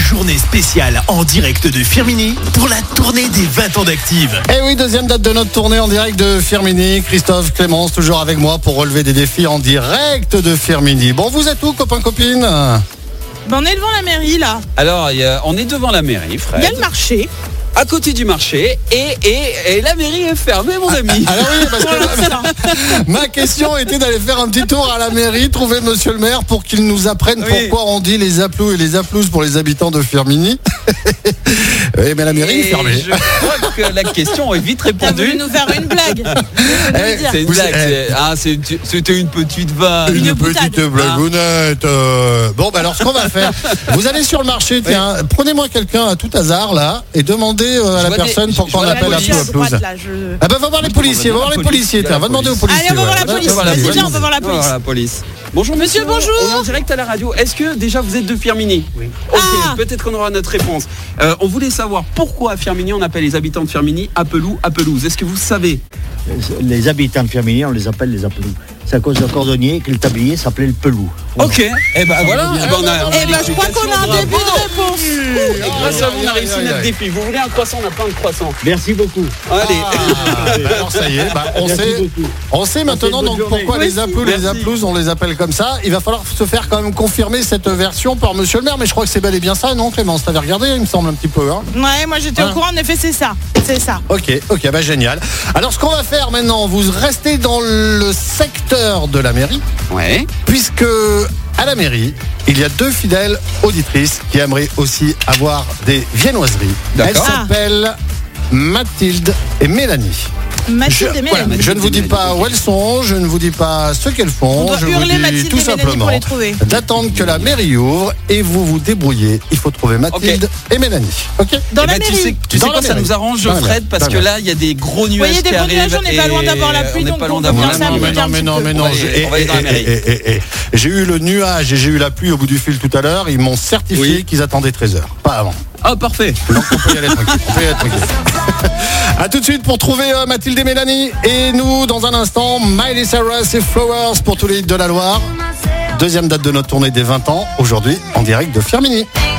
journée spéciale en direct de Firmini pour la tournée des 20 ans d'Active. Et Eh oui, deuxième date de notre tournée en direct de Firmini. Christophe, Clémence, toujours avec moi pour relever des défis en direct de Firmini. Bon, vous êtes où, copains, copines Ben, on est devant la mairie là. Alors, il y a- on est devant la mairie, Il y a Fred, le marché. à côté du marché, et, et, et la mairie est fermée, mon ami. ah, Alors Ah oui, parce Pour que l'instant. ma question était d'aller faire un petit tour à la mairie, trouver monsieur le maire pour qu'il nous apprenne Oui. pourquoi on dit les aplous et les aplouses pour les habitants de Firmini. oui, mais la mairie est Et fermée. Je crois que la question est vite T'as voulu répondue. nous faire une blague. Je peux Eh, le dire. C'est une Vous- blague. eh. c'est- ah, c'est- C'était une Ah. petite vanne. Une petite boutade. blagounette. euh. Bon, bah alors ce qu'on va faire, vous allez sur le marché, tiens, prenez-moi quelqu'un à tout hasard là et demandez euh, à Je la vois des- personne je- je pourquoi on vois la appelle un police. peu à droite, applause. là, je- Ah bah va voir les policiers, va voir les policiers, tiens, va demander aux policiers. Allez, on va voir ouais. la police. On va voir la Vas-y, police. viens, on va voir la On va police. voir la police. Bonjour Monsieur, monsieur. bonjour. On est en direct à la radio. Est-ce que déjà vous êtes de Firmini Oui. Ok, Ah. peut-être qu'on aura notre réponse. Euh, on voulait savoir pourquoi à Firmini on appelle les habitants de Firmini Appelou, Apelouse. Est-ce que vous savez Les habitants de Firminy, on les appelle les apelous. C'est à cause d'un cordonnier que le tablier s'appelait le pelou. Ok. Eh ben voilà. Eh ben, on a- Ah, Eh ben, je crois qu'on a un début de réponse. Et grâce à vous, on a réussi notre défi. Vous voulez un croissant On a plein de croissants. Merci beaucoup. Allez. Ah, bah alors ça y est, bah, on Merci sait, beaucoup. on sait maintenant bonne donc journée. pourquoi les appelouses, les Merci. appelouses, on les appelle comme ça. Il va falloir se faire quand même confirmer cette version par Monsieur le Maire, mais je crois que c'est bel et bien ça, non Clémence T'avais regardé, il me semble un petit peu. Hein Ouais, moi j'étais Ah. au courant, en effet, c'est ça. C'est ça. Ok, ok, bah génial. Alors ce qu'on va faire maintenant, vous restez dans le secteur de la mairie, Ouais. puisque à la mairie, il y a deux fidèles auditrices qui aimeraient aussi avoir des viennoiseries. Elles D'accord. Ah. s'appellent Mathilde et Mélanie. Je, Mathilde et voilà, Mélanie. je ne vous dis pas où elles sont, je ne vous dis pas ce qu'elles On font, doit je vous hurler dis Mathilde tout et Mélanie simplement pour les trouver. d'attendre que la mairie ouvre et vous vous débrouillez. Il faut trouver Mathilde et Mélanie. Ok Dans la Eh ben, tu sais, mairie. tu sais Dans quoi, la ça mairie. nous arrange, Dans la Fred, mairie. parce Dans que la là, il y a des gros nuages voyez, des qui gros arrivent. nuages, on n'est pas et loin d'avoir la pluie, on n'est donc pas loin on d'avoir vient la ça, pluie. mais non, mais non, mais non, mais non, je- eh, eh, eh, J'ai eu le nuage et j'ai eu la pluie au bout du fil tout à l'heure. Ils m'ont certifié Oui. qu'ils attendaient 13 heures, pas avant. Ah, parfait. Donc on peut y aller tranquille. on peut y aller tranquille. À tout de suite pour trouver euh, Mathilde et Mélanie. Et nous, dans un instant, Miley Cyrus et Flowers pour tous les hits de la Loire. Deuxième date de notre tournée des 20 ans, aujourd'hui en direct de Firmini. Thank